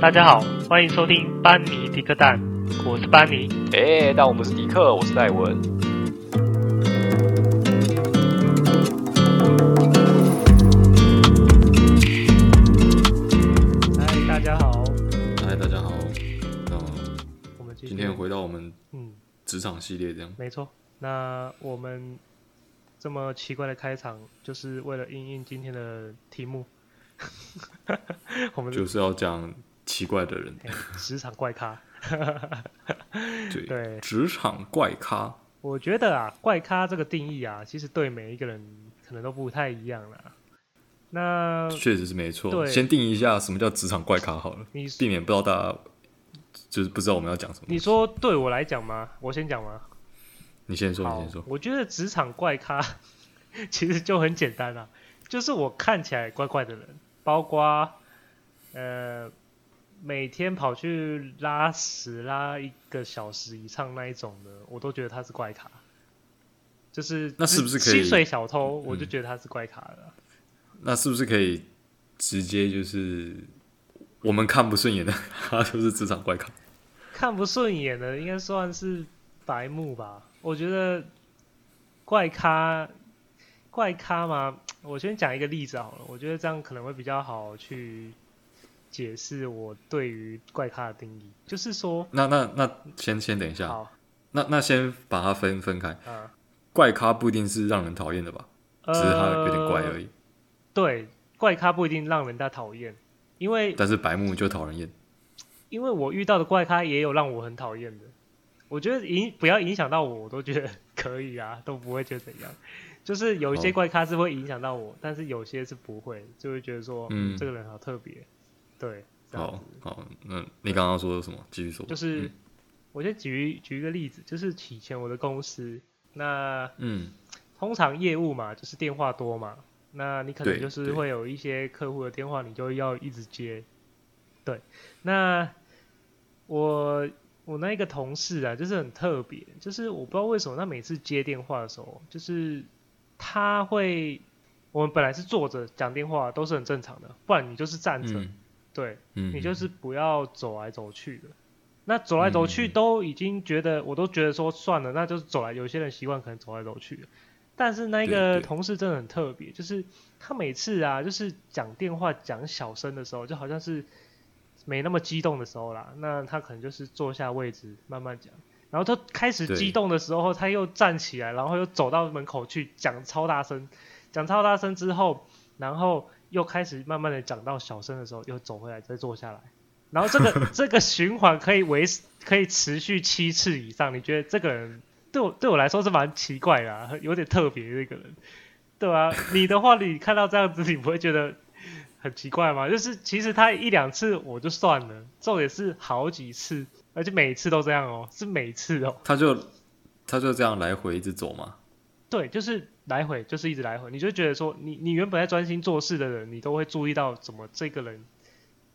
大家好，欢迎收听班尼迪克蛋，我是班尼。哎、那我们是迪克，我是戴文。嗨，大家好，嗯嗨，大家好。那我们继续今天回到我们嗯，职场系列，这样没错。那我们这么奇怪的开场，就是为了应应今天的题目。 我们就是要讲奇怪的人，哎职场怪咖， 对，对职场怪咖，我觉得啊，怪咖这个定义啊，其实对每一个人可能都不太一样啦。那确实是没错。对先定义一下什么叫职场怪咖好了，你避免不知道大家就是不知道我们要讲什么。你说对我来讲吗？我先讲吗？你先说，好，你先说。我觉得职场怪咖 其实就很简单啦、啊就是我看起来怪怪的人，包括呃每天跑去拉屎拉一个小时以上那一种的，我都觉得他是怪咖。就是那是不是可以嗯薪水小偷？我就觉得他是怪咖了。那是不是可以直接就是我们看不顺眼的， 他就是职场怪咖？看不顺眼的应该算是白目吧。我觉得怪咖，怪咖嘛，我先讲一个例子好了。我觉得这样可能会比较好去解释我对于怪咖的定义。就是说，那那那先先等一下，好，那那先把它分分开。嗯，怪咖不一定是让人讨厌的吧，只是他有点怪而已。已。呃对，怪咖不一定让人家讨厌，因为但是白目就讨人厌。因为我遇到的怪咖也有让我很讨厌的，我觉得影不要影响到我，我都觉得 可以啊，都不会觉得怎样。就是有一些哦怪咖是会影响到我，但是有些是不会，就会觉得说，嗯这个人好特别。对，这样好子好，那你刚刚说的什么？继续说。就是、嗯我先举举一个例子，就是以前我的公司，那嗯，通常业务嘛，就是电话多嘛，那你可能对就是对会有一些客户的电话，你就要一直接。对，那我我那一个同事啊，就是很特别，就是我不知道为什么他每次接电话的时候，就是他会，我们本来是坐着讲电话都是很正常的，不然你就是站着，嗯对，嗯，你就是不要走来走去的。那走来走去嗯都已经觉得，我都觉得说算了，那就是走来。有些人习惯可能走来走去，但是那对个对同事真的很特别，就是他每次啊，就是讲电话讲小声的时候，就好像是没那么激动的时候啦，那他可能就是坐下位置慢慢讲。然后他开始对激动的时候，他又站起来，然后又走到门口去讲超大声，讲超大声之后，然后又开始慢慢的讲到小声的时候，又走回来再坐下来，然后这个这个循环可以维持可以持续七次以上，你觉得这个人对我对我来说是蛮奇怪的、啊，有点特别这个人，对啊，你的话你看到这样子，你不会觉得很奇怪吗？就是其实他一两次我就算了，重点是好几次，而且每次都这样哦，是每次哦，他就他就这样来回一直走嘛。对，就是来回，就是一直来回，你就觉得说，你你原本在专心做事的人，你都会注意到怎么这个人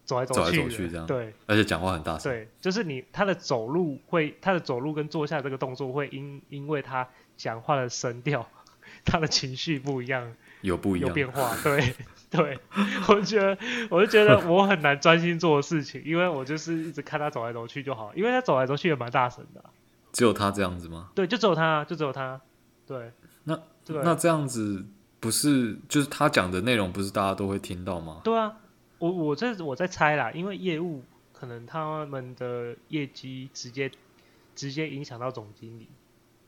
走来走走来去的，走去这样对而且讲话很大声，对，就是你他的走路会，他的走路跟坐下这个动作会因因为他讲话的声调， 他的情绪不一样，有不一有样。变化，对 对，我觉得我就觉得我很难专心做事情，因为我就是一直看他走来走去就好，因为他走来走去也蛮大声的啊、只有他这样子吗？对，就只有他，就只有他，对，那对那这样子不是就是他讲的内容不是大家都会听到吗？对啊，我我这我在猜啦，因为业务可能他们的业绩直接直接影响到总经理，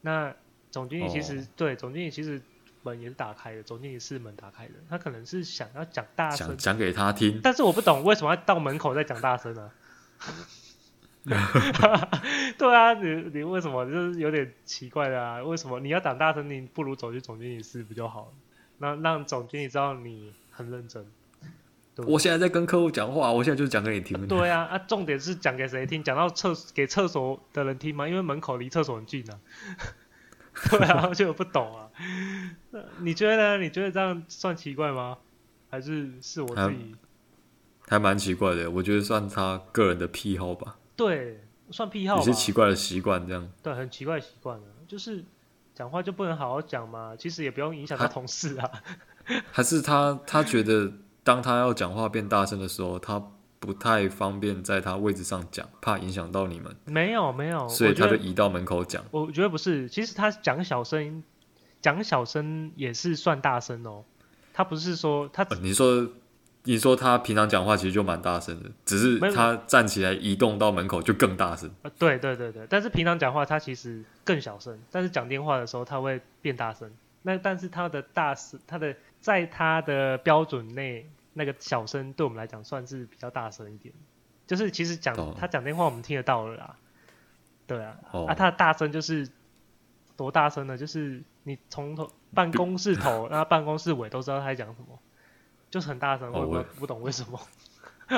那总经理其实、哦对总经理其实门也是打开的，总经理是门打开的，他可能是想要讲大声讲，讲给他听，但是我不懂为什么要到门口再讲大声啊呢、 对啊，你你为什么就是有点奇怪的啊？为什么你要讲大声，你不如走去总经理室不就好了？那让总经理知道你很认真。对我现在在跟客户讲话，我现在就是讲给你听。对啊，啊，重点是讲给谁听？讲到厕给厕所的人听吗？因为门口离厕所很近啊。 对啊，我就不懂啊。那你觉得呢？你觉得这样算奇怪吗？还是是我自己？还蛮奇怪的，我觉得算他个人的癖好吧，对，算癖好有吧。些奇怪的习惯这样。对，很奇怪的习惯了，就是讲话就不能好好讲嘛。其实也不用影响到啊同事啊。还是他他觉得当他要讲话变大声的时候，他不太方便在他位置上讲，怕影响到你们，没有没有，所以哦我觉他就得移到门口讲。我觉得不是，其实他讲小声，讲小声也是算大声哦。他不是说他呃你说，你说他平常讲话其实就蛮大声的，只是没有他站起来移动到门口就更大声。呃，对对对对，但是平常讲话他其实更小声，但是讲电话的时候他会变大声。那但是他的大声，他的在他的标准内，那个小声对我们来讲算是比较大声一点。就是其实讲懂他讲电话我们听得到了啦，对啊，哦啊他的大声就是多大声呢？就是你从头办公室 头，然后办公室尾都知道他在讲什么，就是很大声，我哦也不我知道不懂为什 么。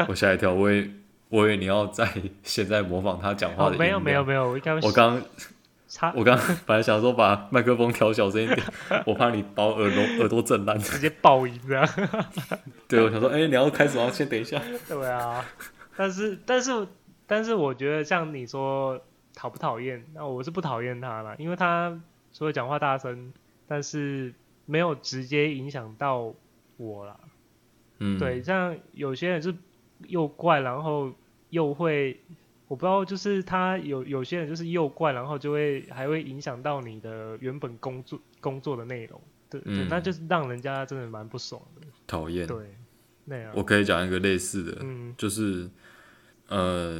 我吓一跳，我以我以为你要在现在模仿他讲话哦，的、没有没有，没有，我应该会我刚差我刚 本来想说把麦克风调小声一点，我怕你把我耳朵耳朵震烂。直接爆音这样。 对，我想说，哎、你要开始吗？先等一下。对啊，但是但是但是，我觉得像你说讨不讨厌，那我是不讨厌他啦，因为他除了讲话大声，但是没有直接影响到我啦。嗯，对，，像有些人是又怪，然后又会，我不知道，就是他有有些人就是又怪，然后就会还会影响到你的原本工作工作的内容。对，对嗯那就是让人家真的蛮不爽的。讨厌。对，那样。我可以讲一个类似的，嗯就是呃，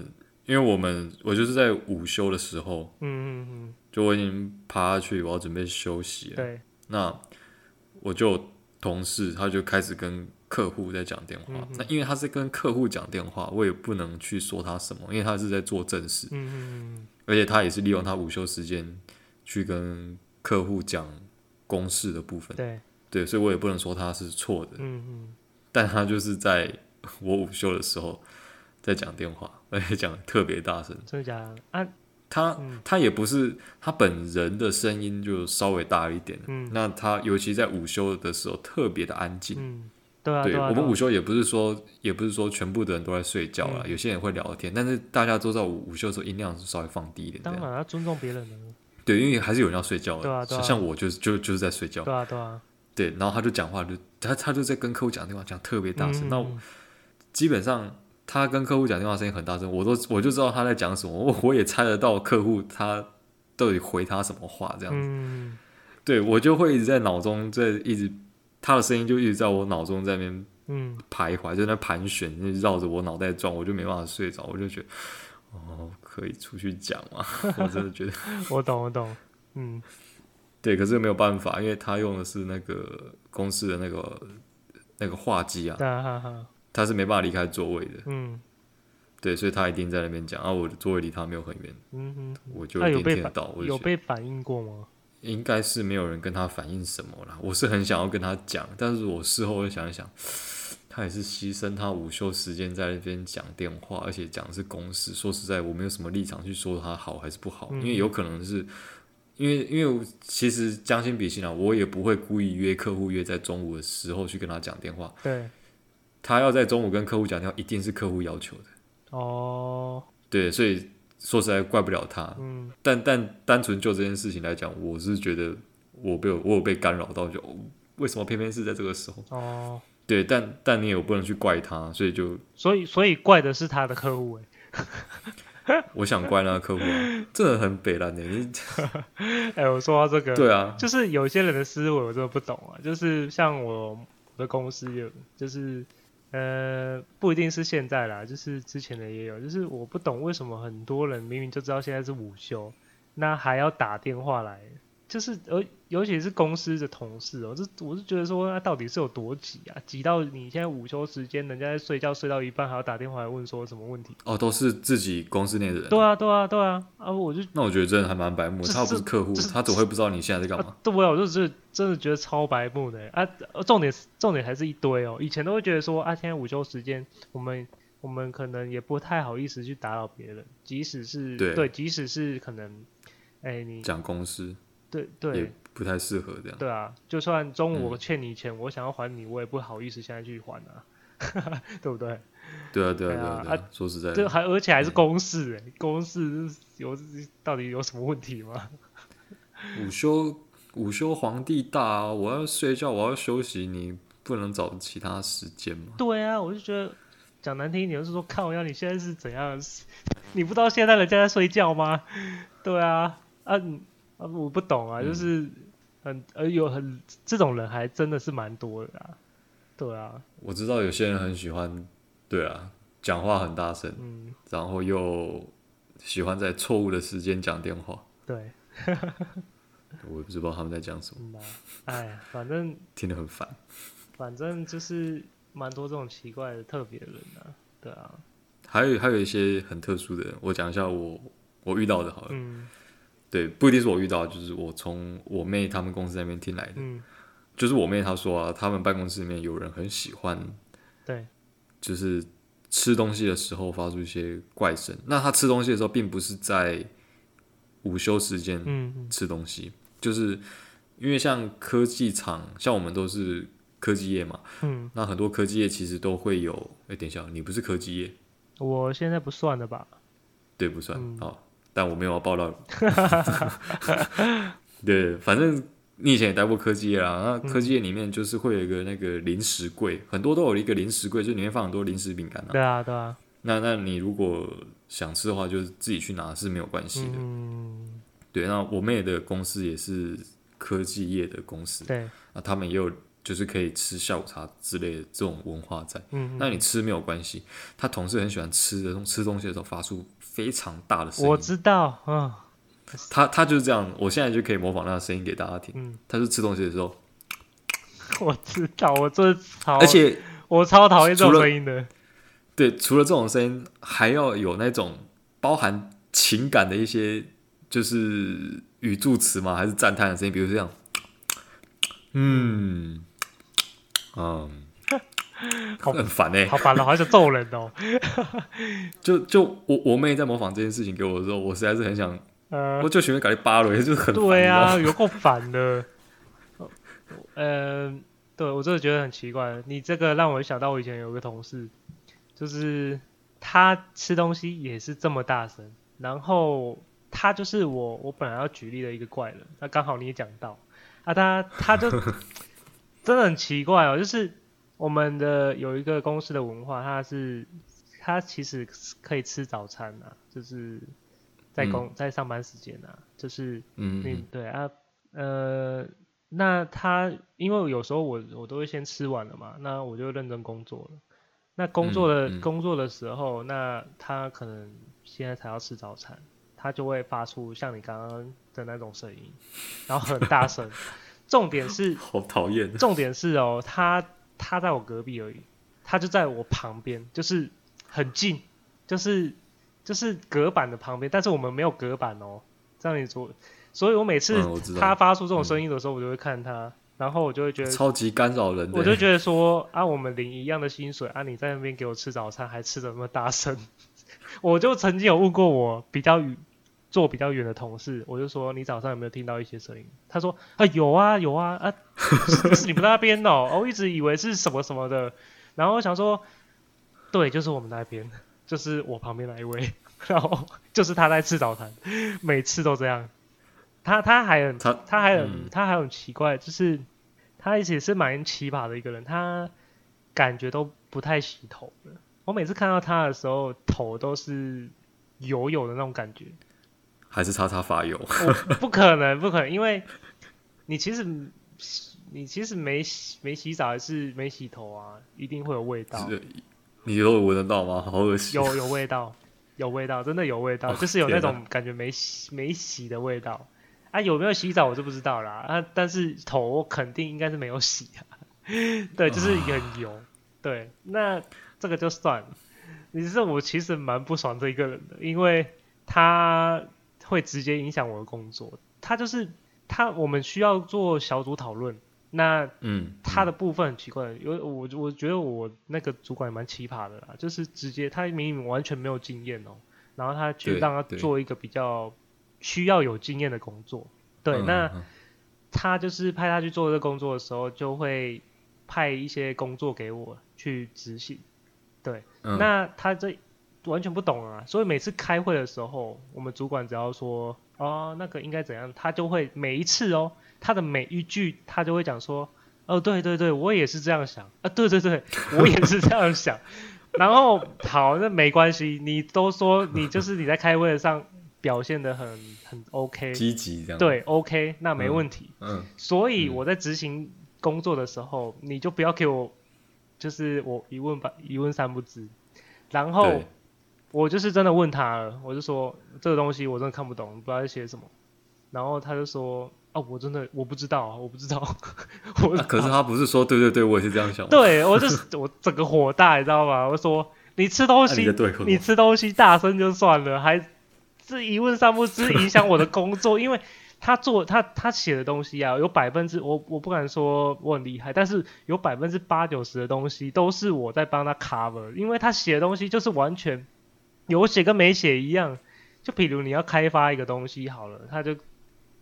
因为我们我就是在午休的时候，嗯嗯嗯，就我已经趴下去，我要准备休息了。对，那我就有同事他就开始跟客户在讲电话，嗯嗯那因为他是跟客户讲电话，我也不能去说他什么，因为他是在做正事，嗯嗯嗯嗯。而且他也是利用他午休时间去跟客户讲公事的部分。对，对，所以我也不能说他是错的，嗯但他就是在我午休的时候在讲电话，而且讲得特别大声嗯，。真的假的啊？他、嗯他也不是他本人的声音就稍微大一点，嗯那他尤其在午休的时候特别的安静。嗯，对啊，对啊，我们对啊午休也不是说也不是说全部的人都在睡觉啦，嗯有些人会聊天，但是大家都在午午休的时候音量是稍微放低一点这当样。然要尊重别人啊的，对，因为还是有人要睡觉的，对啊对啊像像我就是就就是在睡觉。对啊，对啊，对，然后他就讲话就他他就在跟客户讲电话讲特别大声，嗯那我嗯基本上他跟客户讲电话声音很大声，我都我就知道他在讲什么， 我我也猜得到客户他到底回他什么话这样子。嗯，对我就会一直在脑中在一直他的声音就一直在我脑中在那边嗯，徘徊，就在那盘旋，就绕着我脑袋转，我就没办法睡着，我就觉得哦，可以出去讲啊 嘛，我真的觉得 嗯我懂，我懂，嗯，对，可是没有办法，因为他用的是那个公司的那个那个话机啊，对啊，哈哈，他是没办法离开座位的，嗯对，所以他一定在那边讲啊，我的座位离他没有很远。嗯嗯，我就那一有定听被得反到，我就有觉得被反映过吗？应该是没有人跟他反映什么啦。我是很想要跟他讲，但是我事后会想一想，他也是牺牲他午休时间在那边讲电话，而且讲的是公事。说实在，我没有什么立场去说他好还是不好，因为嗯有可能是。因为，因为我其实将心比心啊，我也不会故意约客户约在中午的时候去跟他讲电话。对，他要在中午跟客户讲电话，一定是客户要求的。哦，对，所以说实在怪不了他。嗯，但但单纯就这件事情来讲，我是觉得我被我有被干扰到，就、哦为什么偏偏是在这个时候？哦，对，但但你也不能去怪他，所以就所以所以怪的是他的客户哎，我想怪那个客户、啊，真的很北烂的、你 哎，我说到这个，对啊，就是有些人的思维我真的不懂啊，就是像我我的公司有，就是呃不一定是现在啦，就是之前的也有，就是我不懂为什么很多人明明就知道现在是午休，那还要打电话来，就是而尤其是公司的同事哦、这我是觉得说那啊到底是有多挤啊，挤到你现在午休时间，人家在睡觉睡到一半还要打电话来问说什么问题？哦，都是自己公司内的人。对啊对啊对啊啊！我就那我觉得真的还蛮白目的，这他又不是客户这，这他怎么会不知道你现在在干嘛啊？对啊，我就是真的觉得超白目的啊！呃重点是重点还是一堆哦，以前都会觉得说啊，现在午休时间，我们我们可能也不太好意思去打扰别人，即使是对即使是可能，哎、你讲公司对也对不太适合这样。对啊，就算中午嗯我欠你钱，我想要还你，我也不好意思现在去还啊， 对不对？对啊，对啊，对对啊啊，对啊。说实在这的，还而且还是嗯公事哎、公事有到底有什么问题吗？午休午休皇帝大啊，我要睡觉，我要休息，你不能找其他时间吗？对啊，我就觉得讲难听一点，就是说看我要你现在是怎样？是你不知道现在人家在睡觉吗？ 对啊，啊你啊，我不懂嗯啊，就是很呃有很这种人还真的是蛮多的啊，对啊，我知道有些人很喜欢，对啊，讲话很大声，嗯，然后又喜欢在错误的时间讲电话，对，我也不知道他们在讲什么，嗯啊，哎，反正听得很烦。反正就是蛮多这种奇怪的特别的人啊，对啊，还有还有一些很特殊的人，我讲一下我我遇到的好了，嗯对，不一定是我遇到，就是我从我妹他们公司那边听来的，嗯，就是我妹她说啊，他们办公室里面有人很喜欢，对，就是吃东西的时候发出一些怪声。那他吃东西的时候，并不是在午休时间嗯嗯吃东西，就是因为像科技厂，像我们都是科技业嘛，嗯，那很多科技业其实都会有。哎、等一下，你不是科技业，我现在不算了吧，对，不算嗯好，但我没有要报道。 对，反正你以前也待过科技业啦，嗯那科技业里面就是会有一个那个零食柜，很多都有一个零食柜，就里面放很多零食饼干啊。对啊对啊，那那你如果想吃的话，就是自己去拿是没有关系的。嗯，对，那我妹的公司也是科技业的公司，对，那他们也有就是可以吃下午茶之类的这种文化在。嗯，那你吃没有关系，他同事很喜欢吃的吃东西的时候发出非常大的声我音，知道，嗯他他就是这样，我现在就可以模仿那个声音给大家听。嗯， 他是吃东西的时候，我知道，我真的超，而且我超讨厌这种除了声音的，对，除了这种声音，还要有那种包含情感的一些，就是语助词嘛，还是赞叹的声音，比如这样，嗯，嗯， 好很烦哎、好烦了，好想揍人哦，就就我我妹在模仿这件事情给我的时候，我实在是很想，呃我，就喜欢搞你扒了，就是很烦对啊，你知道吗有够烦的， 呃，对我真的觉得很奇怪，你这个让我想到我以前有个同事，就是他吃东西也是这么大声，然后他就是我我本来要举例的一个怪人，那刚好你也讲到啊，他他就 真的很奇怪哦，就是我们的有一个公司的文化，它是它其实是可以吃早餐啊，就是在工、在上班时间啊，就是嗯，你嗯对啊，呃，那他因为有时候我我都会先吃完了嘛，那我就认真工作了。那工作的、嗯嗯工作的时候，那他可能现在才要吃早餐，他就会发出像你刚刚的那种声音，然后很大声。重点是好讨 厌，重点是哦，他他在我隔壁而已，他就在我旁边，就是很近，就是就是隔板的旁边，但是我们没有隔板哦，这样你说，所以我每次嗯我知道他发出这种声音的时候，我就会看他，然后我就会觉得，超级干扰人的、我就觉得说啊，我们领一样的薪水啊，你在那边给我吃早餐还吃的那么大声， 我就曾经有问过我比较远。坐比较远的同事，我就说你早上有没有听到一些声音？他说啊有啊有啊啊，是是你们那边哦， 哦我一直以为是什么什么的，然后我想说，对，就是我们那边，就是我旁边那一位， 然后就是他在吃早餐，每次都这样。他他还很他他还很、嗯他还很奇怪，就是他也是蛮奇葩的一个人，他感觉都不太洗头的。我每次看到他的时候，头都是油油的那种感觉，还是擦擦发油，我不可能，不可能，因为你其实你其实没洗没洗澡还是没洗头啊，一定会有味道，啊是 你都有闻得到吗？好恶心，有有味道，有味道，真的有味道，哦就是有那天种感觉没洗没洗的味道。啊，有没有洗澡我就不知道啦。啊，但是头我肯定应该是没有洗啊。 对，啊就是很油。对，那这个就算了。你是我其实蛮不爽这一个人的，因为他会直接影响我的工作。他就是他，我们需要做小组讨论，那嗯，他的部分很奇怪，因为我我觉得我那个主管也蛮奇葩的啦，就是直接他明明完全没有经验哦、然后他去对让他对做一个比较需要有经验的工作。对，嗯那嗯嗯他就是派他去做这个工作的时候，就会派一些工作给我去执行。嗯那他这完全不懂啊，所以每次开会的时候，我们主管只要说哦那个应该怎样，他就会每一次哦，他的每一句他 就会讲说，哦对对对，我也是这样想啊，对对对，我也是这样想， 然后好，那没关系，你都说你就是你在开会上表现的很很 OK，积极啊这样。，对 OK，那没问题。嗯，所以我在执行工作的时候，你就不要给我就是我一问吧一问三不知，然后对，我就是真的问他了，我就说这个东西我真的看不懂，不知道在写什么，然后他就说哦，我真的我不知道，啊我不知道，我、啊可是他不是说对对对，我也是这样想吗。 对我就是我整个火大，你知道吗？我说你吃东啊，你西的对口，你吃东西大声就算了，还这一问三不知，影响我的工作，因为他做他他写的东西啊，有百分之我我不敢说我很厉害，但是有百分之八九十的东西都是我在帮他 cover，因为他写的东西就是完全有写跟没写一样。就比如你要开发一个东西好了，他就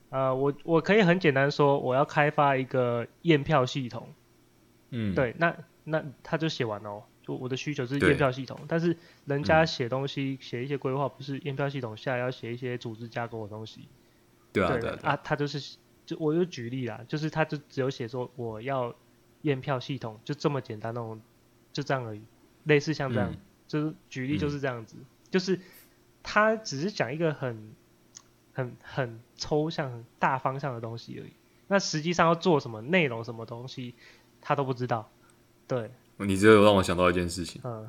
呃，我我可以很简单说，我要开发一个验票系统。嗯，对，那那他就写完了哦。就我的需求是对嗯验票系统，但是人家写东西、写一些规划，不是验票系统下要写一些组织架构的东西。对啊，对对啊，啊，他就是就我就举例啦，就是他就只有写说我要验票系统，就这么简单那种，就这样而已，类似像这样，嗯就是举例就是这样子，就是他只是讲一个很很很抽象、很大方向的东西而已，那实际上要做什么内容、什么东西，他都不知道。对，你这有让我想到一件事情，嗯，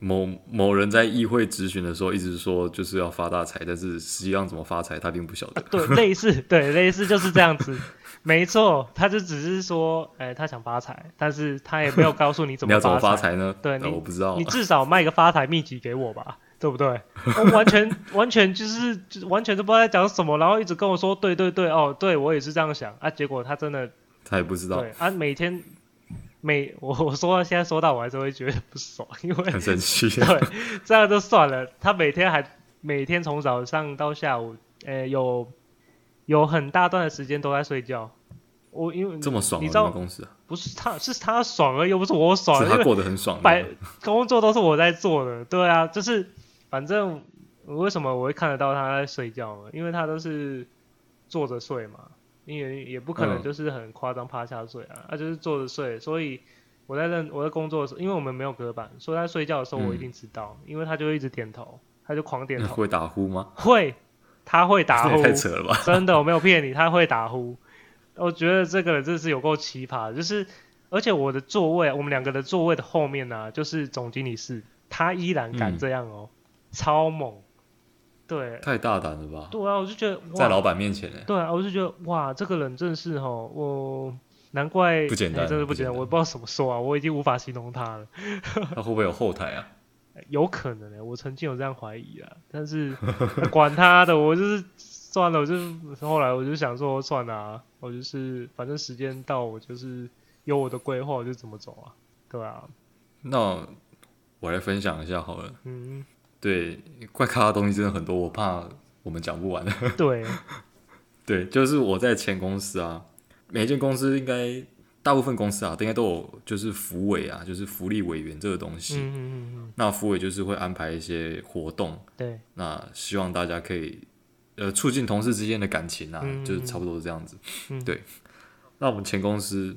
某某人在议会质询的时候一直说就是要发大财，但是实际上怎么发财他并不晓得。 对，类似，对，类似就是这样子，没错，他就只是说，哎、他想发财，但是他也没有告诉你怎你要么怎么发财。财呢？对呃你我不知道你。至少卖个发财秘籍给我吧，对不对？我完全 完全就是就是完全都不知道在讲什么，然后一直跟我说对对对，哦，对我也是这样想啊。结果他真的他也不知道对，啊，每天每我我说到现在说到我还是会觉得不爽， 因为很生气。 对这样就算了，他每天还每天从早上到下午，呃，有有很大段的时间都在睡觉。我因为这么爽、啊，你你知道们公司、啊、不是他是他爽而已，又不是我爽，是因他为过得很爽的。百工作都是我在做的，对啊，就是反正我为什么我会看得到他在睡觉呢？因为他都是坐着睡嘛，因为也不可能嗯就是很夸张趴下睡啊，他、就是坐着睡，所以我在认我在工作的时候，因为我们没有隔板，所以他睡觉的时候我一嗯定知道，因为他就会一直点头，他就狂点头， 会打呼吗？会，他 会打这呼也，太扯了吧！ 真的，我没有骗你，他会打呼。我觉得这个人真是有够奇葩的，就是而且我的座位，我们两个的座位的后面呢、啊就是总经理室，他依然敢嗯这样哦，超猛。对，太大胆了吧！对啊，我就觉得在哇，老板面前呢、对啊，我就觉得哇，这个人真是哦，我难怪不简哎单真的不不简简单，单我不知道怎么说啊，我已经无法形容他了。他会不会有后台啊？有可能哎、我曾经有这样怀疑啊，但是管他的，我就是算了，我就是后来我就想说算了、啊，我就是反正时间到，我就是有我的规划，我就怎么走啊，对啊，那我来分享一下好了。嗯，对，怪咖的东西真的很多，我怕我们讲不完。 对，对，就是我在前公司啊，每一间公司应该大部分公司啊，应该都有就是福委啊，就是福利委员这个东嗯西。嗯嗯嗯，那福委就是会安排一些活动，对，那希望大家可以呃促进同事之间的感情啊，嗯就是差不多是这样子。嗯对，那我们前公司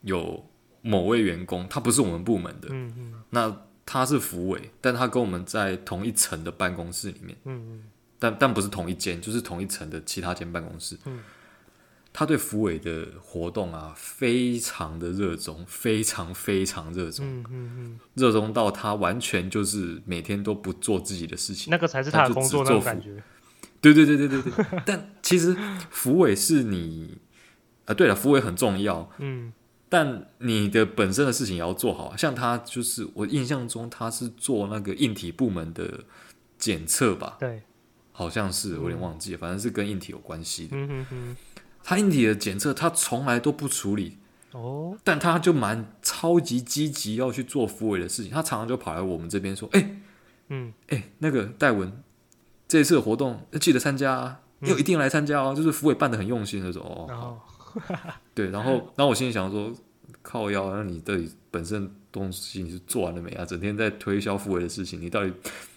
有某位员工，他不是我们部门的，嗯嗯那他是福委，但他跟我们在同一层的办公室里面。嗯但但不是同一间，就是同一层的其他间办公室。嗯，他对福委的活动啊，非常的热衷，非常非常热衷，嗯嗯嗯，热衷到他完全就是每天都不做自己的事情。那个才是他的工作那他种就只做感觉，对对对对对对。 但其实福委是你，啊，对了，福委很重要，嗯但你的本身的事情也要做好啊。像他就是我印象中他是做那个硬体部门的检测吧，对，好像是我有点忘记了，反正是跟硬体有关系的。嗯嗯嗯，他硬体的检测他从来都不处理，哦，但他就蛮超级积极要去做扶委的事情。他常常就跑来我们这边说：“哎、嗯哎、那个戴文，这次的活动呃记得参加、啊，你有一定来参加哦。就是扶委办的很用心的时候，哦，然后对。然后，然后我心里想说，靠腰啊，那你到底本身东西你是做完了没啊？整天在推销扶委的事情，你到底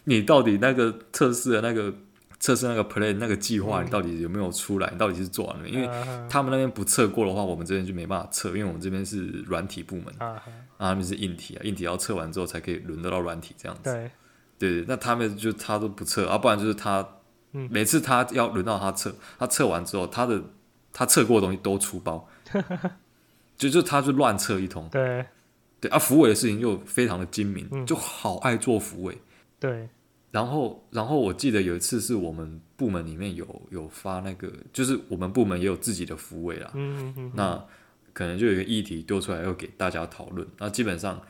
你到底那个测试的那个测试那个 plan 那个计划，你到底有没有出来？你到底是做完了没？因为为他们那边不测过的话，我们这边就没办法测，因为我们这边是软体部门，啊，啊，他们是硬体啊，硬体要测完之后才可以轮得到软体这样子。对，对对，那他们就他都不测，啊，不然就是他、嗯每次他要轮到他测，他测完之后，他的他测过的东西都 出包，就就他就乱测一通。对，对啊，扶委的事情又非常的精明，嗯就好爱做扶委。对，然后，然后我记得有一次是我们部门里面有有发那个，就是我们部门也有自己的扶委啦。嗯嗯嗯，那可能就有一个议题丢出来要给大家讨论。那基本上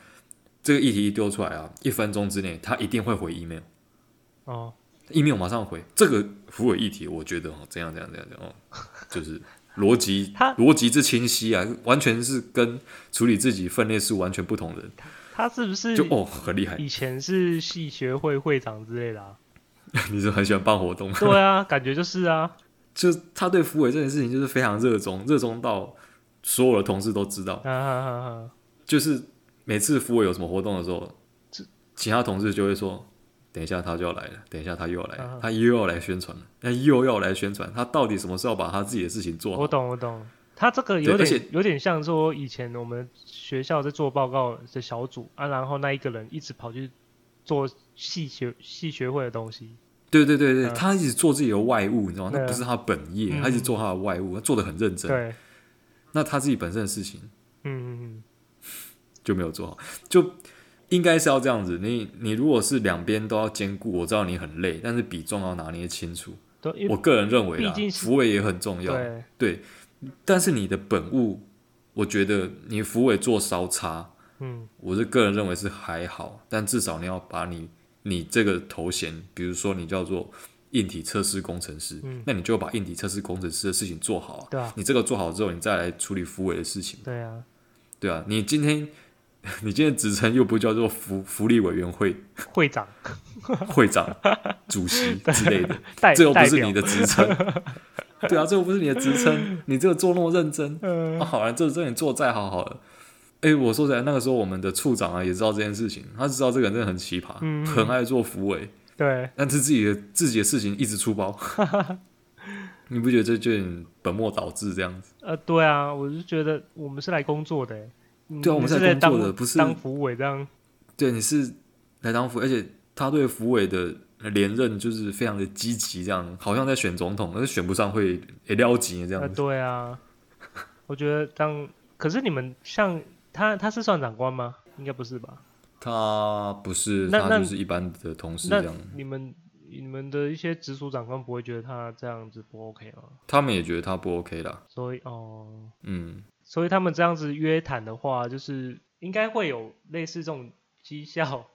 这个议题一丢出来啊，一分钟之内他一定会回 email。哦， email 马上回这个福尔议题，我觉得哦，怎样怎样怎样怎样哦，就是逻辑他逻辑之清晰啊，完全是跟处理自己分内事完全不同人，他嗯是不是就哦很厉害，以前是系学会会长之类的啊？ 你是很喜欢办活动，对啊，感觉就是 啊，就是他对福尔这件事情就是非常热衷，热衷到所有的同事都知道，啊哈哈哈，就是每次福尔有什么活动的时候，其他同事就会说。等一下，他就要来了。等一下，他又要来了嗯，他又要来宣传了，他又要来宣传。他到底什么时候把他自己的事情做好我？懂我懂。他这个对有而且点有点像说以前我们学校在做报告的小组啊，然后那一个人一直跑去做系学系学会的东西，对对对对，嗯他一直做自己的外务，你知道吗？对啊那不是他本业，嗯他一直做他的外务，他做的很认真。对，那他自己本身的事情嗯嗯就没有做好，就应该是要这样子。你你如果是两边都要兼顾，我知道你很累，但是比重要拿捏清楚。嗯，对，因我为个人认为啦毕竟，是扶委也很重要。对对，但是你的本务，我觉得你扶委做稍差，嗯我是个人认为是还好，但至少你要把你你这个头衔，比如说你叫做硬体测试工程师，嗯那你就把硬体测试工程师的事情做好啊。对啊你这个做好之后，你再来处理扶委的事情，对啊，对啊。你今天 你今天职称又不叫做福福利委员会会长 会长、主席之类的，代这又不代是表你的职 称。对啊，这又不是你的职称，你这个做那么认真， 嗯啊，好了，这这你做再好好了。哎、我说起来，那个时候我们的处长啊也知道这件事情，他知道这个人真的很奇葩，嗯很爱做扶委，对但是自己的自己的事情一直出 包，你不觉得这就有点本末倒置这样子？呃对啊，我是觉得我们是来工作的欸，嗯对啊你我们是是来在工作当的不是当服务委这样，对，你是来当扶，而且他对扶委的连任就是非常的积极，这样好像在选总统，但是选不上会也撩急这啊，样子。对啊，我觉得当可是你们像他，他是算长官吗？应该不是吧？他不是，呃那那他就是一般的同事那这样，你们你们的一些直属长官不会觉得他这样子不 OK 吗？他们也觉得他不 OK 啦。所以哦，嗯，所以他们这样子约谈的话，就是应该会有类似这种绩效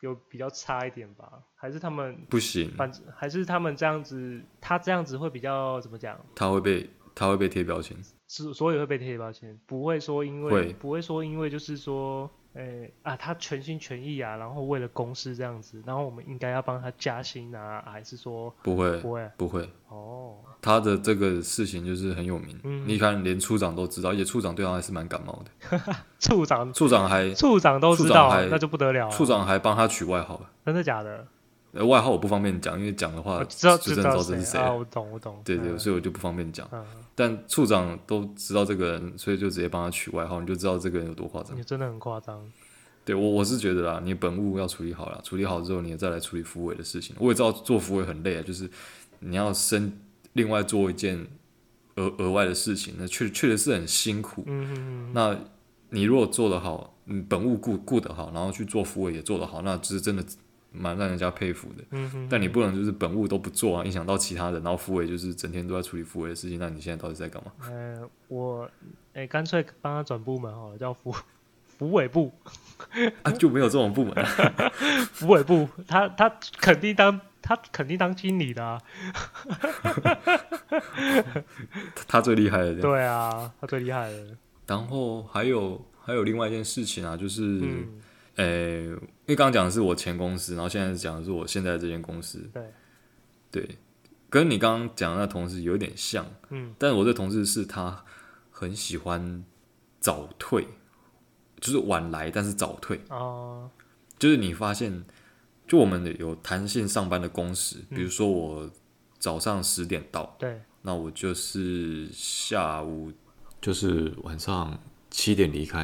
有比较差一点吧？还是他们不行，反正还是他们这样子，他这样子会比较怎么讲？他会被他会被贴标签。所所以会被贴标签，不会说因为会不会说因为就是说，诶、啊，他全心全意啊，然后为了公司这样子，然后我们应该要帮他加薪啊，还是说不会，不会？不会，哦，他的这个事情就是很有名。嗯你看，连处长都知道，而且处长对他还是蛮感冒的。处长处长还处长都知处长道还，那就不得了了处长还帮他取外号，真的假的？呃，外号我不方便讲，因为讲的话我就哦知道真知的知道道这是谁啊，了。我懂我懂。对对，嗯所以我就不方便讲。嗯，但处长都知道这个人，所以就直接帮他取外号，你就知道这个人有多夸张你。真的很夸张。对我我是觉得啦，你本务要处理好了，处理好之后，你再来处理服委的事情。我也知道做服委很累啊，就是你要生另外做一件额额外的事情，那确确实是很辛苦。嗯嗯那你如果做得好，你本务顾顾得好，然后去做服委也做得好，那就是真的蛮让人家佩服的。嗯嗯但你不能就是本务都不做啊，影响到其他人，然后服委就是整天都在处理服委的事情，那你现在到底在干嘛？ 嗯，呃，我诶，干、脆帮他转部门好了，叫服服委部。啊，就没有这种部门啊、服委部，他他肯定当他肯定当经理的、啊，他他最厉害了这样。对啊，他最厉害了。然后还有还有另外一件事情啊，就是。嗯，诶，因为刚刚讲的是我前公司，然后现在讲的是我现在这间公司，对，对，跟你刚刚讲的那同事有点像，嗯，但是我这同事是他很喜欢早退，就是晚来但是早退，哦，就是你发现，就我们有弹性上班的工时，比如说我早上十点到，对，那我就是下午就是晚上七点离开，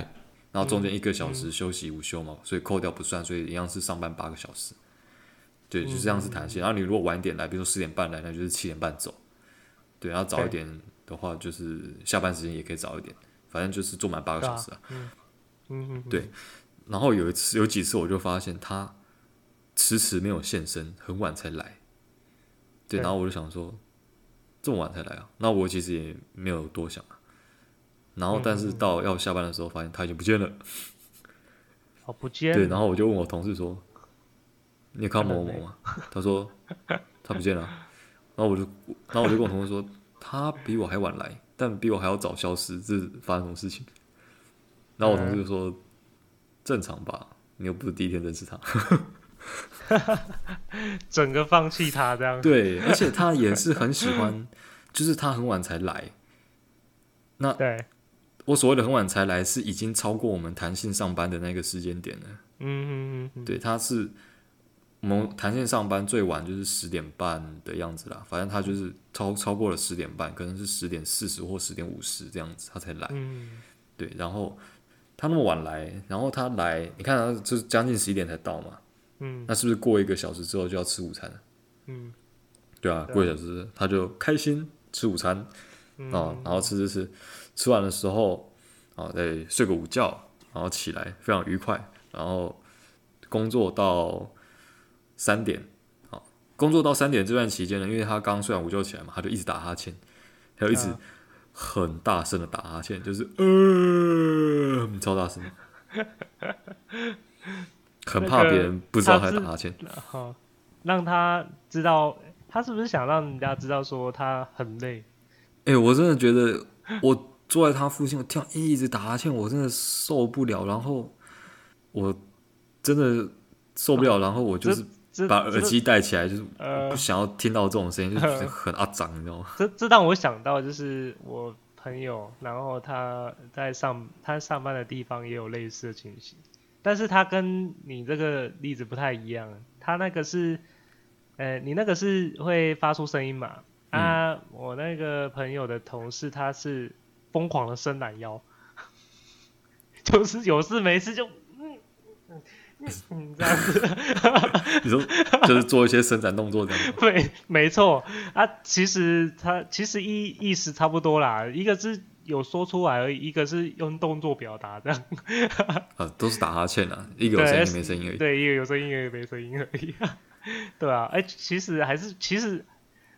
然后中间一个小时休息午休嘛，所以扣掉不算，所以一样是上班八个小时。对，就这样是弹性。然啊后你如果晚点来，比如说十点半来，那就是七点半走。对，然后早一点的话，就是下班时间也可以早一点，反正就是做满八个小时啊。嗯嗯，嗯对然后有一次有几次我就发现他迟迟没有现身，很晚才来。对，对然后我就想说，这么晚才来啊？那我其实也没有多想啊。然后，但是到要下班的时候，发现他已经不见了。哦，不见对，了然后我就问我同事说：“你有看到某某某吗？”他说：“他不见了。”然后我就，然后我就跟我同事说：“他比我还晚来，但比我还要早消失，这是发生什么事情？”然后我同事就说：“正常吧，你又不是第一天认识 他。整个放弃他这样，对，而且他也是很喜欢，就是他很晚才来。对，我所谓的很晚才来，是已经超过我们弹性上班的那个时间点了。嗯嗯嗯嗯，对，他是我们弹性上班最晚就是十点半的样子啦，反正他就是超超过了十点半，可能是十点四十或十点五十这样子他才来。嗯，对，然后他那么晚来，然后他来，你看他就是将近十一点才到嘛，嗯那是不是过一个小时之后就要吃午餐了？嗯对啊，对啊过一个小时他就开心吃午餐，嗯，啊，然后吃吃吃，吃完的时候啊，再睡个午觉，然后起来非常愉快，然后工作到三点，啊，工作到三点这段期间呢，因为他刚睡完午觉起来嘛，他就一直打哈欠，他就一直啊很大声的打哈欠，就是呃，超大声，很怕别人不知道他在打哈欠，好，让他知道他是不是想让人家知道说他很累，哎、我真的觉得我坐在他附近，我听到一直打哈欠，我真的受不了。然后我真的受不了，然后我就是这把耳机戴起来，就是呃我不想要听到这种声音，就呃觉得很阿脏，你知道吗？ 这这让我想到就是我朋友，然后他在上他上班的地方也有类似的情形，但是他跟你这个例子不太一样，他那个是，呃，你那个是会发出声音嘛？啊，我那个朋友的同事他是疯狂的伸懒腰， 就是有事没事就嗯嗯嗯嗯这样子。你说就是做一些伸展动作这样吗。 对，没错啊，其实他其实意意思差不多啦，一个是有说出来而已，一个是用动作表达的，啊，都是打哈欠啊，一个有对声音，一个没声音而已。对，一个有声音，一个没声音而已， 对啊，哎、其实还是其实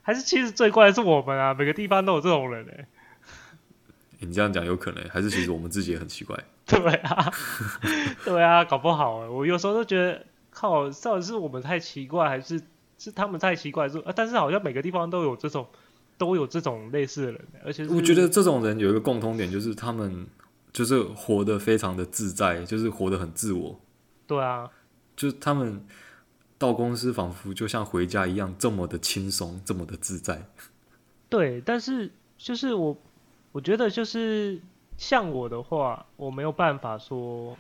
还是其实最怪的是我们啊，每个地方都有这种人哎、欸你这样讲有可能，还是其实我们自己也很奇怪。 对 啊，对啊，搞不好欸我有时候都觉得，靠，到底是我们太奇怪，还是是他们太奇怪？是、啊，但是好像每个地方都有这种都有这种类似的人欸，而且是我觉得这种人有一个共通点，就是他们就是活得非常的自在，就是活得很自我。对啊，就是他们到公司仿佛就像回家一样，这么的轻松，这么的自在。对，但是就是我，我觉得就是像我的话，我没有办法说，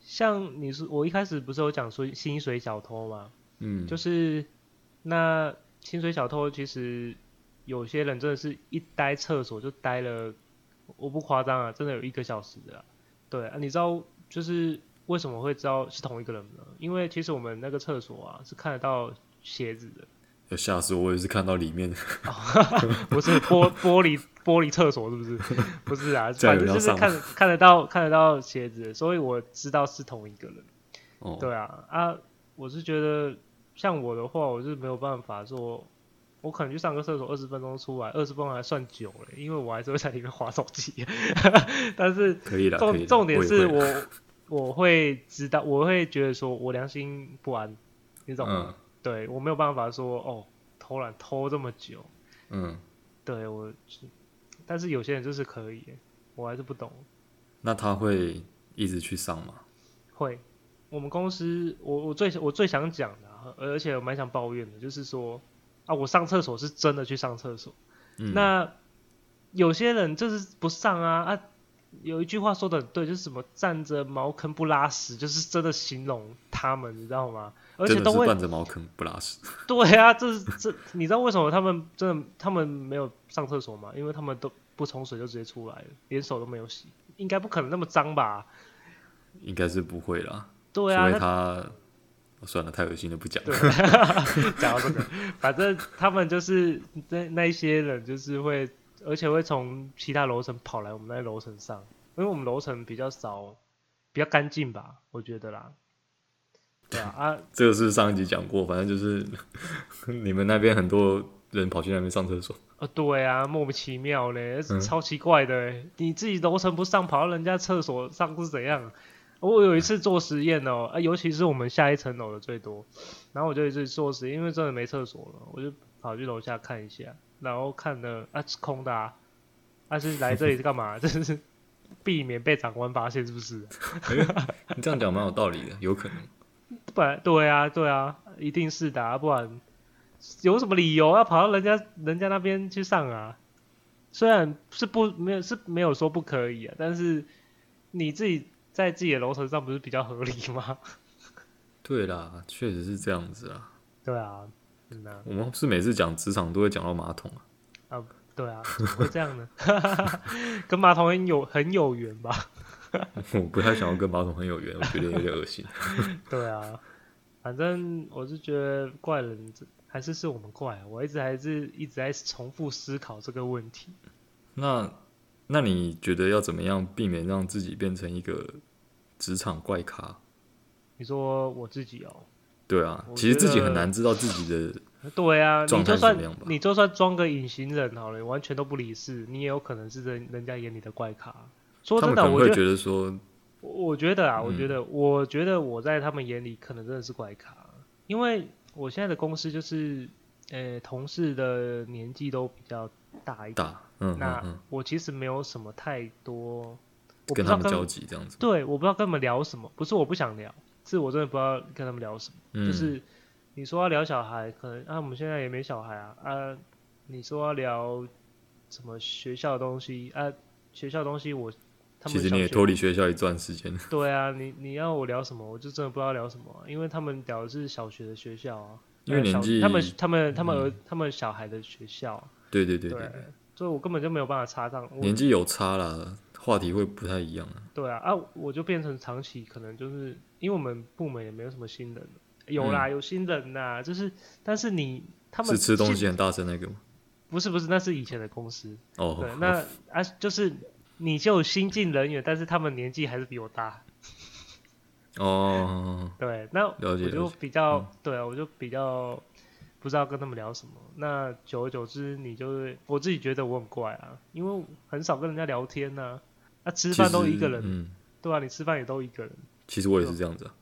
像你是我一开始不是有讲说薪水小偷嘛，嗯，就是那薪水小偷其实有些人真的是一待厕所就待了，我不夸张啊，真的有一个小时的啊、对啊，你知道就是为什么会知道是同一个人呢？因为其实我们那个厕所啊是看得到鞋子的。有吓死我！我也是看到里面不是玻玻璃玻璃厕所是不是？ 不是啊，这样反有人正要就是上吗看看得到看得到鞋子，所以我知道是同一个人。哦，对啊，啊，我是觉得像我的话，我是没有办法说，我可能去上个厕所二十分钟出来，二十分钟还算久了，因为我还是会在里面划手机。 但是可以了，可以重啦重点是也会我 我会知道，我会觉得说我良心不安，你懂吗？嗯对我没有办法说哦，偷懒偷这么久。嗯，对我是，但是有些人就是可以耶，我还是不懂。那他会一直去上吗？会，我们公司，我我最我最想讲的啊、而且我蛮想抱怨的，就是说啊，我上厕所是真的去上厕所，嗯，那有些人就是不上啊啊，有一句话说的很对，就是什么站着茅坑不拉屎，就是真的形容他们，你知道吗？而且真的都是会伴着茅坑不拉屎。 对啊，这是这，你知道为什么他们真的他们没有上厕所吗？因为他们都不冲水就直接出来了，连手都没有洗，应该不可能那么脏吧？应该是不会啦，对除啊，非那他、哦算了，太恶心了，不讲。对讲到这个，反正他们就是那那一些人就是会，而且会从其他楼层跑来我们那楼层上，因为我们楼层比较少，比较干净吧，我觉得啦。对啊，啊， 这个是上一集讲过，反正就是 你们那边很多人跑去那边上厕所，呃，对啊，莫名其妙嘞，嗯超奇怪的欸。你自己楼层不上，跑到人家厕所上是怎样？我有一次做实验哦、啊，尤其是我们下一层楼的最多，然后我就一直做实验，因为真的没厕所了，我就跑去楼下看一下，然后看了啊是空的啊，啊是来这里是干嘛？ 就是避免被长官发现是不是？你这样讲蛮有道理的，有可能。本来对啊，对啊，一定是的、啊，不然有什么理由要跑到人家人家那边去上啊？虽然是不没有是没有说不可以啊，但是你自己在自己的楼层上不是比较合理吗？ 对啦，确实是这样子啊。对啊，嗯啊，我们是每次讲职场都会讲到马桶啊， 对啊，怎么会这样呢？ 跟马桶很有很有缘吧？ 我不太想要跟马桶很有缘，我觉得有点恶心。对啊，反正我是觉得怪人这还是是我们怪，啊我一直还是一直在重复思考这个问题。 那那你觉得要怎么样避免让自己变成一个职场怪咖？你说我自己哦、对啊，我其实自己觉很得难知道自己的对啊，你状就态算怎么样吧你就算装个隐形人好了，完全都不理事，你也有可能是人人家眼里的怪咖。说他真们可的，能我觉会得，觉得说，我觉得啊，嗯我觉得，我觉得我在他们眼里可能真的是怪咖，因为我现在的公司就是，呃，同事的年纪都比较大一点，大，嗯嗯那嗯，我其实没有什么太多，我不知跟道他跟们交集这样子，对，我不知道跟他们聊什么，不是我不想聊，是我真的不知道跟他们聊什么。嗯，就是你说要聊小孩，可能啊，我们现在也没小孩啊啊，你说要聊什么学校的东西啊，学校的东西我他们其实小你也学脱离学校一段时间， 对啊，你你要我聊什么，我就真的不知道聊什么啊、因为他们聊的是小学的学校啊，因为呃年小纪他们他们他们儿、他们小孩的学校啊，对对对对对，所以我根本就没有办法插上，我年纪有差啦，话题会不太一样啊。对啊，啊，我就变成长期可能就是因为我们部门也没有什么新人，有啦，有新人呐，就是但是你他们嗯是吃东现西很大声那个吗？不是不是，那是以前的公司。哦，对好，那啊就是你就有新进人员，但是他们年纪还是比我大。哦，对，那了我解就了解嗯比较、对啊，我就比较不知道跟他们聊什么。那久而久之，你就是我自己觉得我很怪啊，因为很少跟人家聊天呐、啊。吃其饭都实一个人，嗯，对啊，你吃饭也都一个人，其实我也是这样子啊。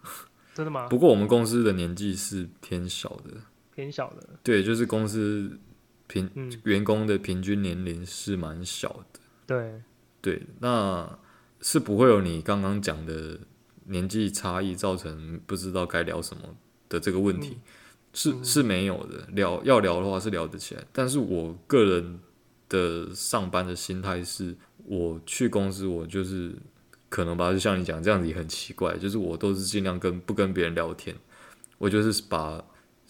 真的吗？不过我们公司的年纪是偏小的，偏小的，对，就是公司平嗯，员工的平均年龄是蛮小的，对，对，那是不会有你刚刚讲的年纪差异造成不知道该聊什么的这个问题，是嗯是没有的。聊要聊的话是聊得起来，但是我个人的上班的心态是，我去公司我就是可能吧，就像你讲这样子也很奇怪，就是我都是尽量跟不跟别人聊天，我就是把。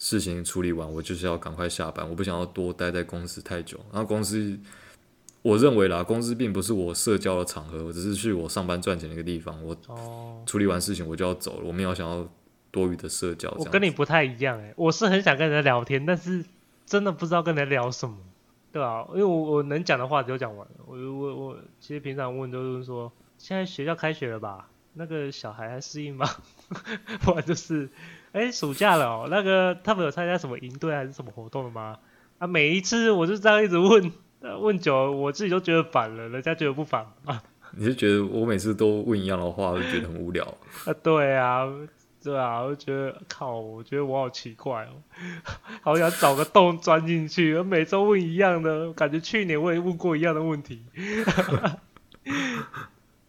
事情处理完，我就是要赶快下班，我不想要多待在公司太久。然后公司我认为啦，公司并不是我社交的场合，我只是去我上班赚钱的一个地方。我哦，处理完事情我就要走了，我没有想要多余的社交。我这样跟你子不太一样哎、我是很想跟人家聊天，但是真的不知道跟人家聊什么，对啊，因为我我能讲的话就讲完了。我我我其实平常问都是说，现在学校开学了吧？那个小孩还适应吗？ 不然就是，哎、暑假了哦、那个他们有参加什么营队还是什么活动了吗？啊，每一次我就这样一直问，呃问久了我自己都觉得烦了，人家觉得不烦啊你是觉得我每次都问一样的话，就觉得很无聊。 啊，对啊，对啊，我就觉得靠，我觉得我好奇怪哦， 好想找个洞钻进去，而每周问一样的，感觉去年我也问过一样的问题。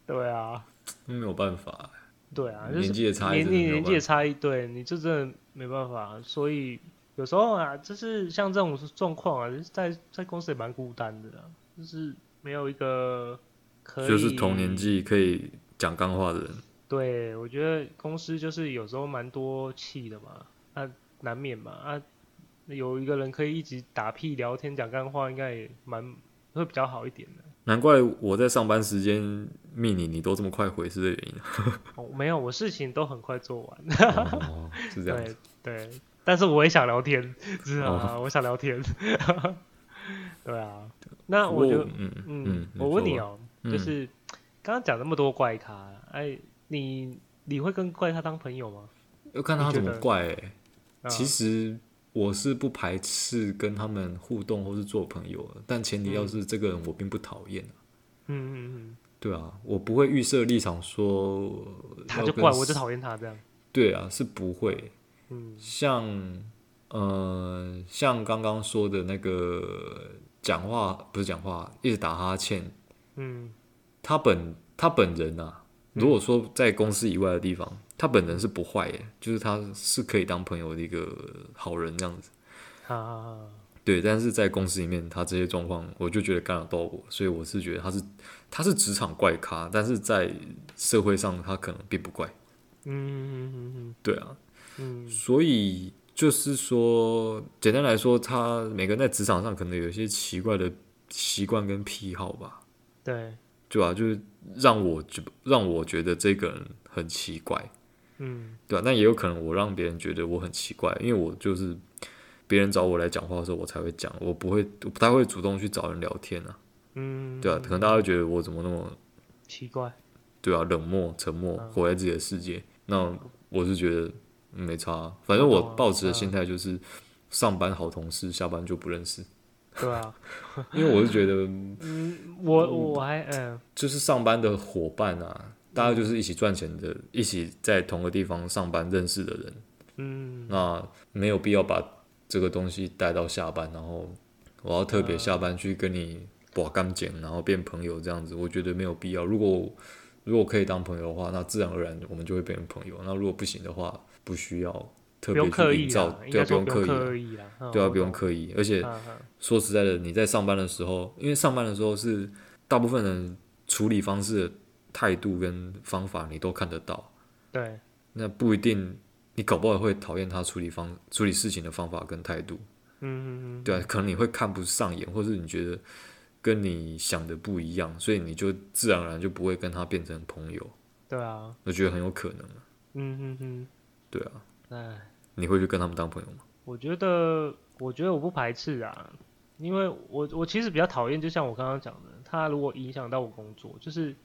对啊，没有办法，对啊，就是年纪的差异年真的没年有年纪办的法。差异，对，你就真的没办法，啊所以有时候啊，就是像这种状况啊，就是在在公司也蛮孤单的、啊，就是没有一个可以就是同年纪可以讲干话的人，对，我觉得公司就是有时候蛮多气的嘛，啊，难免嘛，啊，有一个人可以一直打屁聊天讲干话，应该也蛮会比较好一点的。难怪我在上班时间密你，你都这么快回是 这个原因哦，没有，我事情都很快做完。啊。哦，是这样对子。哦对，但是我也想聊天，知道吗？我想聊天。 对啊，那不我过就嗯嗯嗯，我问你，哦，说就吧嗯是刚刚讲那么多怪咖，哎，你你会跟怪咖当朋友吗？要看他你觉怎么得怪、欸。啊其实我是不排斥跟他们互动或是做朋友的，但前提要嗯是这个人我并不讨厌、啊嗯嗯对啊，我不会预设立场说嗯，他要就跟怪我就讨厌他这样。对啊，是不会。嗯像呃，像刚刚说的那个讲话不是讲话，一直打哈欠，嗯他本他本人啊，如果说在公司以外的地方，他本人是不坏耶，就是他是可以当朋友的一个好人这样子。啊，对，但是在公司里面，他这些状况，我就觉得干扰到我，所以我是觉得他是他是职场怪咖，但是在社会上他可能并不怪。嗯嗯嗯对啊，嗯嗯所以就是说，简单来说，他每个人在职场上可能有一些奇怪的习惯跟癖好吧。对，对吧、就是让我觉让我觉得这个人很奇怪，嗯对吧、那也有可能我让别人觉得我很奇怪，因为我就是别人找我来讲话的时候，我才会讲，我不会我不太会主动去找人聊天啊，嗯，对吧、可能大家会觉得我怎么那么奇怪，对啊冷漠沉默，嗯活在自己的世界。那我是觉得、嗯没差啊、反正我懂啊抱持的嗯心态就是上班好同事，下班就不认识，对啊，因为我是觉得我我还嗯就是上班的伙伴啊，大家就是一起赚钱的，一起在同个地方上班认识的人，嗯那没有必要把这个东西带到下班，然后我要特别下班去跟你把干剪，然后变朋友这样子，我觉得没有必要。如果如果可以当朋友的话，那自然而然我们就会变成朋友。那如果不行的话，不需要不特别用刻去意营造啦，，应对该啊，不说用不用刻意啊，刻意啦，嗯对啊，我不用懂刻意。而且嗯嗯说实在的，你在上班的时候，因为上班的时候是大部分人处理方式的态度跟方法你都看得到，对，那不一定，你搞不好会讨厌他处理方处理事情的方法跟态度，嗯嗯嗯，对啊，可能你会看不上眼，或是你觉得跟你想的不一样，所以你就自然而然就不会跟他变成朋友，对啊，我觉得很有可能啊，嗯嗯嗯，对啊，哎。你会去跟他们当朋友吗？我觉得，我觉得我不排斥啊，因为我我其实比较讨厌，就像我刚刚讲的，他如果影响到我工作，就是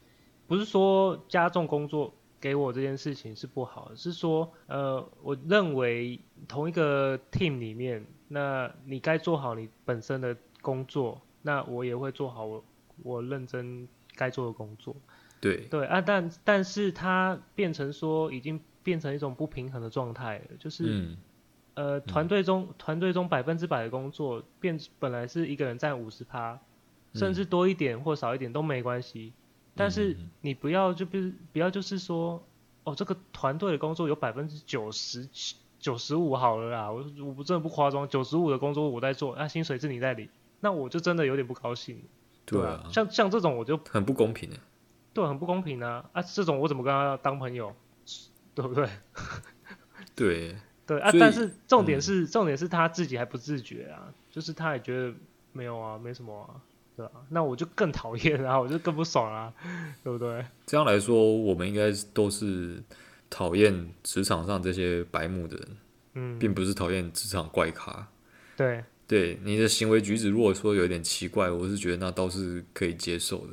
不是说加重工作给我这件事情是不好的，是说呃，我认为同一个 team 里面，那你该做好你本身的工作，那我也会做好我我认真该做的工作。对，对啊，但但是它变成说已经变成一种不平衡的状态了，就是。嗯，呃，团队中团队中百分之百的工作变本来是一个人占五十趴，甚至多一点或少一点都没关系。但是你不要就不是不要就是说，哦，这个团队的工作有百分之九十九十五好了啦，我我不真的不夸张，九十五的工作我在做，那、薪水是你在领，那我就真的有点不高兴。对啊啊，，像像这种我就很不公平的，欸对很不公平啊啊，这种我怎么跟他当朋友，对不对？对，对啊所，以嗯但是重点是、重点是他自己还不自觉啊，就是他也觉得没有啊，没什么啊，对啊，那我就更讨厌啊，我就更不爽啊，对不对？这样来说，我们应该都是讨厌职场上这些白目的人，嗯，并不是讨厌职场怪咖。对，对你的行为举止，如果说有点奇怪，我是觉得那倒是可以接受的，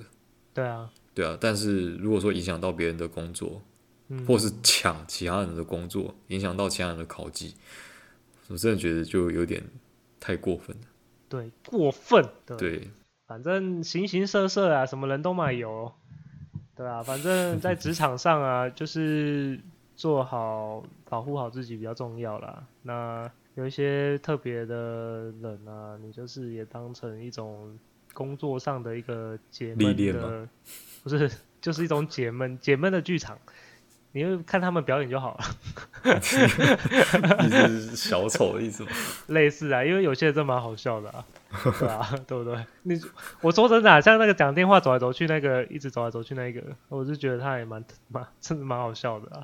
对啊，对啊。但是如果说影响到别人的工作，嗯，或是抢其他人的工作，影响到其他人的考绩，我真的觉得就有点太过分了。对过分，对，对，反正形形色色啊，什么人都嘛有，对啊，反正在职场上 啊，就是做好保护好自己比较重要啦。那有一些特别的人啊，你就是也当成一种工作上的一个解历闷练的，不是，就是一种解闷解闷的剧场。你就看他们表演就好了。 你是小丑的意思吗？类似啊，因为有些人真蛮好笑的啊，对啊，对不对？你我说真的、啊，像那个讲电话走来走去那个，一直走来走去那个，我就觉得他也蛮蛮真的蛮好笑的啊，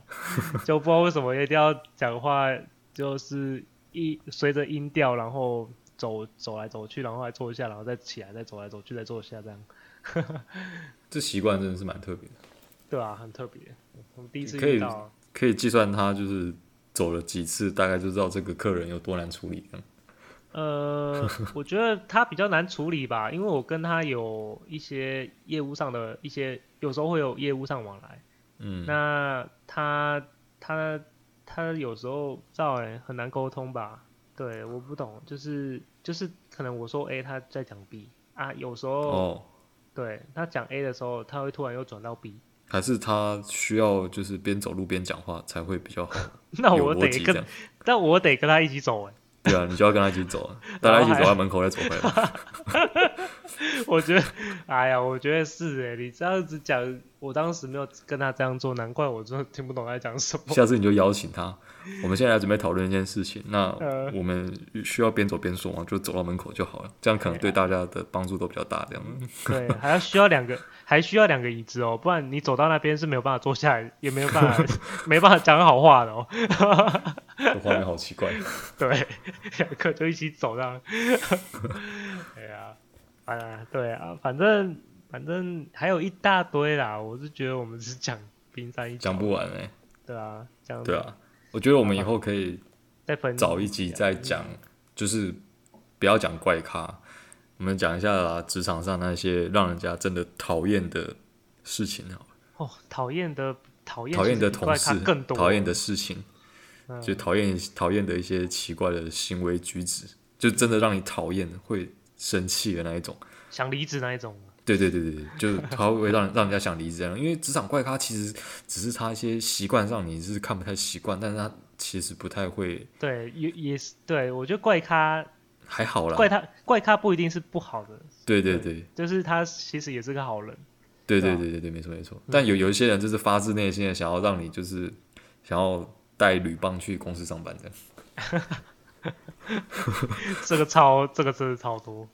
就不知道为什么一定要讲话，就是一随着音调，然后走走来走去，然后再坐一下，然后再起来，再走来走去，再坐一下，这样， 这习惯真的是蛮特别的，对啊，很特别。我们第一次可以遇到，啊可以计算他就是走了几次，大概就知道这个客人有多难处理。这样 呃，我觉得他比较难处理吧，因为我跟他有一些业务上的一些，有时候会有业务上往来。嗯，那他他他有时候不知道哎、很难沟通吧？对，我不懂，就是就是可能我说 A，他在讲 B 啊，有时候、哦，对他讲 A 的时候，他会突然又转到 B， 还是他需要就是边走路边讲话才会比 较好，那有我逻得辑这跟样。但我得跟他一起走哎、对啊，你就要跟他一起走啊，大家一起走到门口再走回来。 我觉得，哎呀，我觉得是哎、你这样子讲，我当时没有跟他这样做，难怪我真的听不懂他在讲什么。下次你就邀请他。我们现在来准备讨论一件事情，那呃我们需要边走边说嘛，就走到门口就好了，这样可能对大家的帮助都比较大。这样，对，还要需要两个，还需要两个椅子哦，不然你走到那边是没有办法坐下来，也没有办 法，没办法讲好话的哦。这画面好奇怪。对，两个就一起走这样。 哎呀，啊，对啊，反正反正还有一大堆啦，我是觉得我们是讲冰山一角讲，不完哎、对啊，讲对，啊，我觉得我们以后可以再分找一集再讲，就是不要讲怪咖，我们讲一下啦职场上那些让人家真的讨厌的事情好了，哦，讨厌的讨厌讨厌其的实同怪咖事更，多，讨厌的事情，嗯就讨厌讨厌的一些奇怪的行为举止，就真的让你讨厌会生气的那一种。想离职那一种。对对对对对，就是他会让 让人家想离职这样，因为职场怪咖其实只是他一些习惯上你是看不太习惯，但是他其实不太会，对，也也是对，我觉得怪咖还好啦。怪他怪咖不一定是不好的，对对对，就是他其实也是个好人。 对对对啊对对对，没错没错。但有有一些人就是发自内心的想要让你就是想要带铝棒去公司上班这样。这个超，这个真的超多，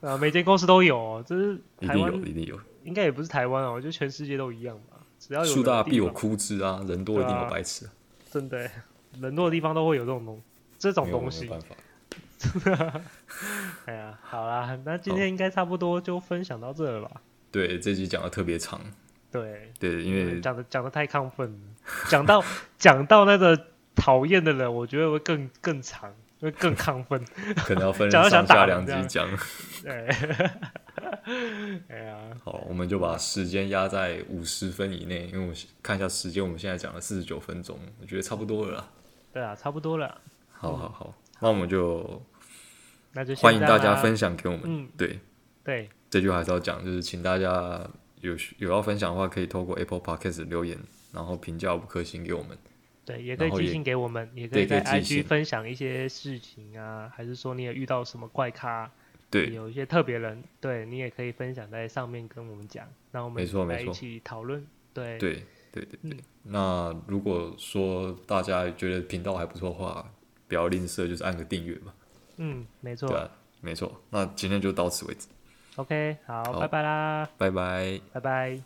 啊，每间公司都有、哦，就是一台定有，湾一定有。应该也不是台湾哦，就全世界都一样吧。只要有树大人的必地有方，枯枝啊，人多一定对有啊白痴、啊，真的人多的地方都会有这种东这没种有东没有西。办法。哎呀，好啦，那今天应该差不多就分享到这了吧？对，这集讲的特别长，对，对，因为讲的讲的太亢奋了，讲到 讲到那个讨厌的人，我觉得会更更长，会更亢 奋。可能要 分讲到上想下打两人集讲。 哎， 哎呀，好，我们就把时间压在五十分以内，因为我看一下时间，我们现在讲了四十九分钟，我觉得差不多了啦。对啊，差不多了，好好好，那我们就那就先欢迎这大样家啦分享给我们。嗯对，对这句话还是要讲，就是请大家有有要分享的话，可以透过 Apple Podcast 留言，然后评价五颗星给我们。对，也可以然后寄也信给我们，也可对以可以在寄信 IG 分享一些事情啊，还是说你也遇到什么怪咖，对，有一些特别人，对你也可以分享在上面跟我们讲，让我们没错没来一错起讨论。对对，对，对，对嗯。那如果说大家觉得频道还不错的话，不要吝啬，就是按个订阅嘛。嗯，没对错。啊，没错。那今天就到此为止， OK，好，好拜拜啦，拜拜。拜拜。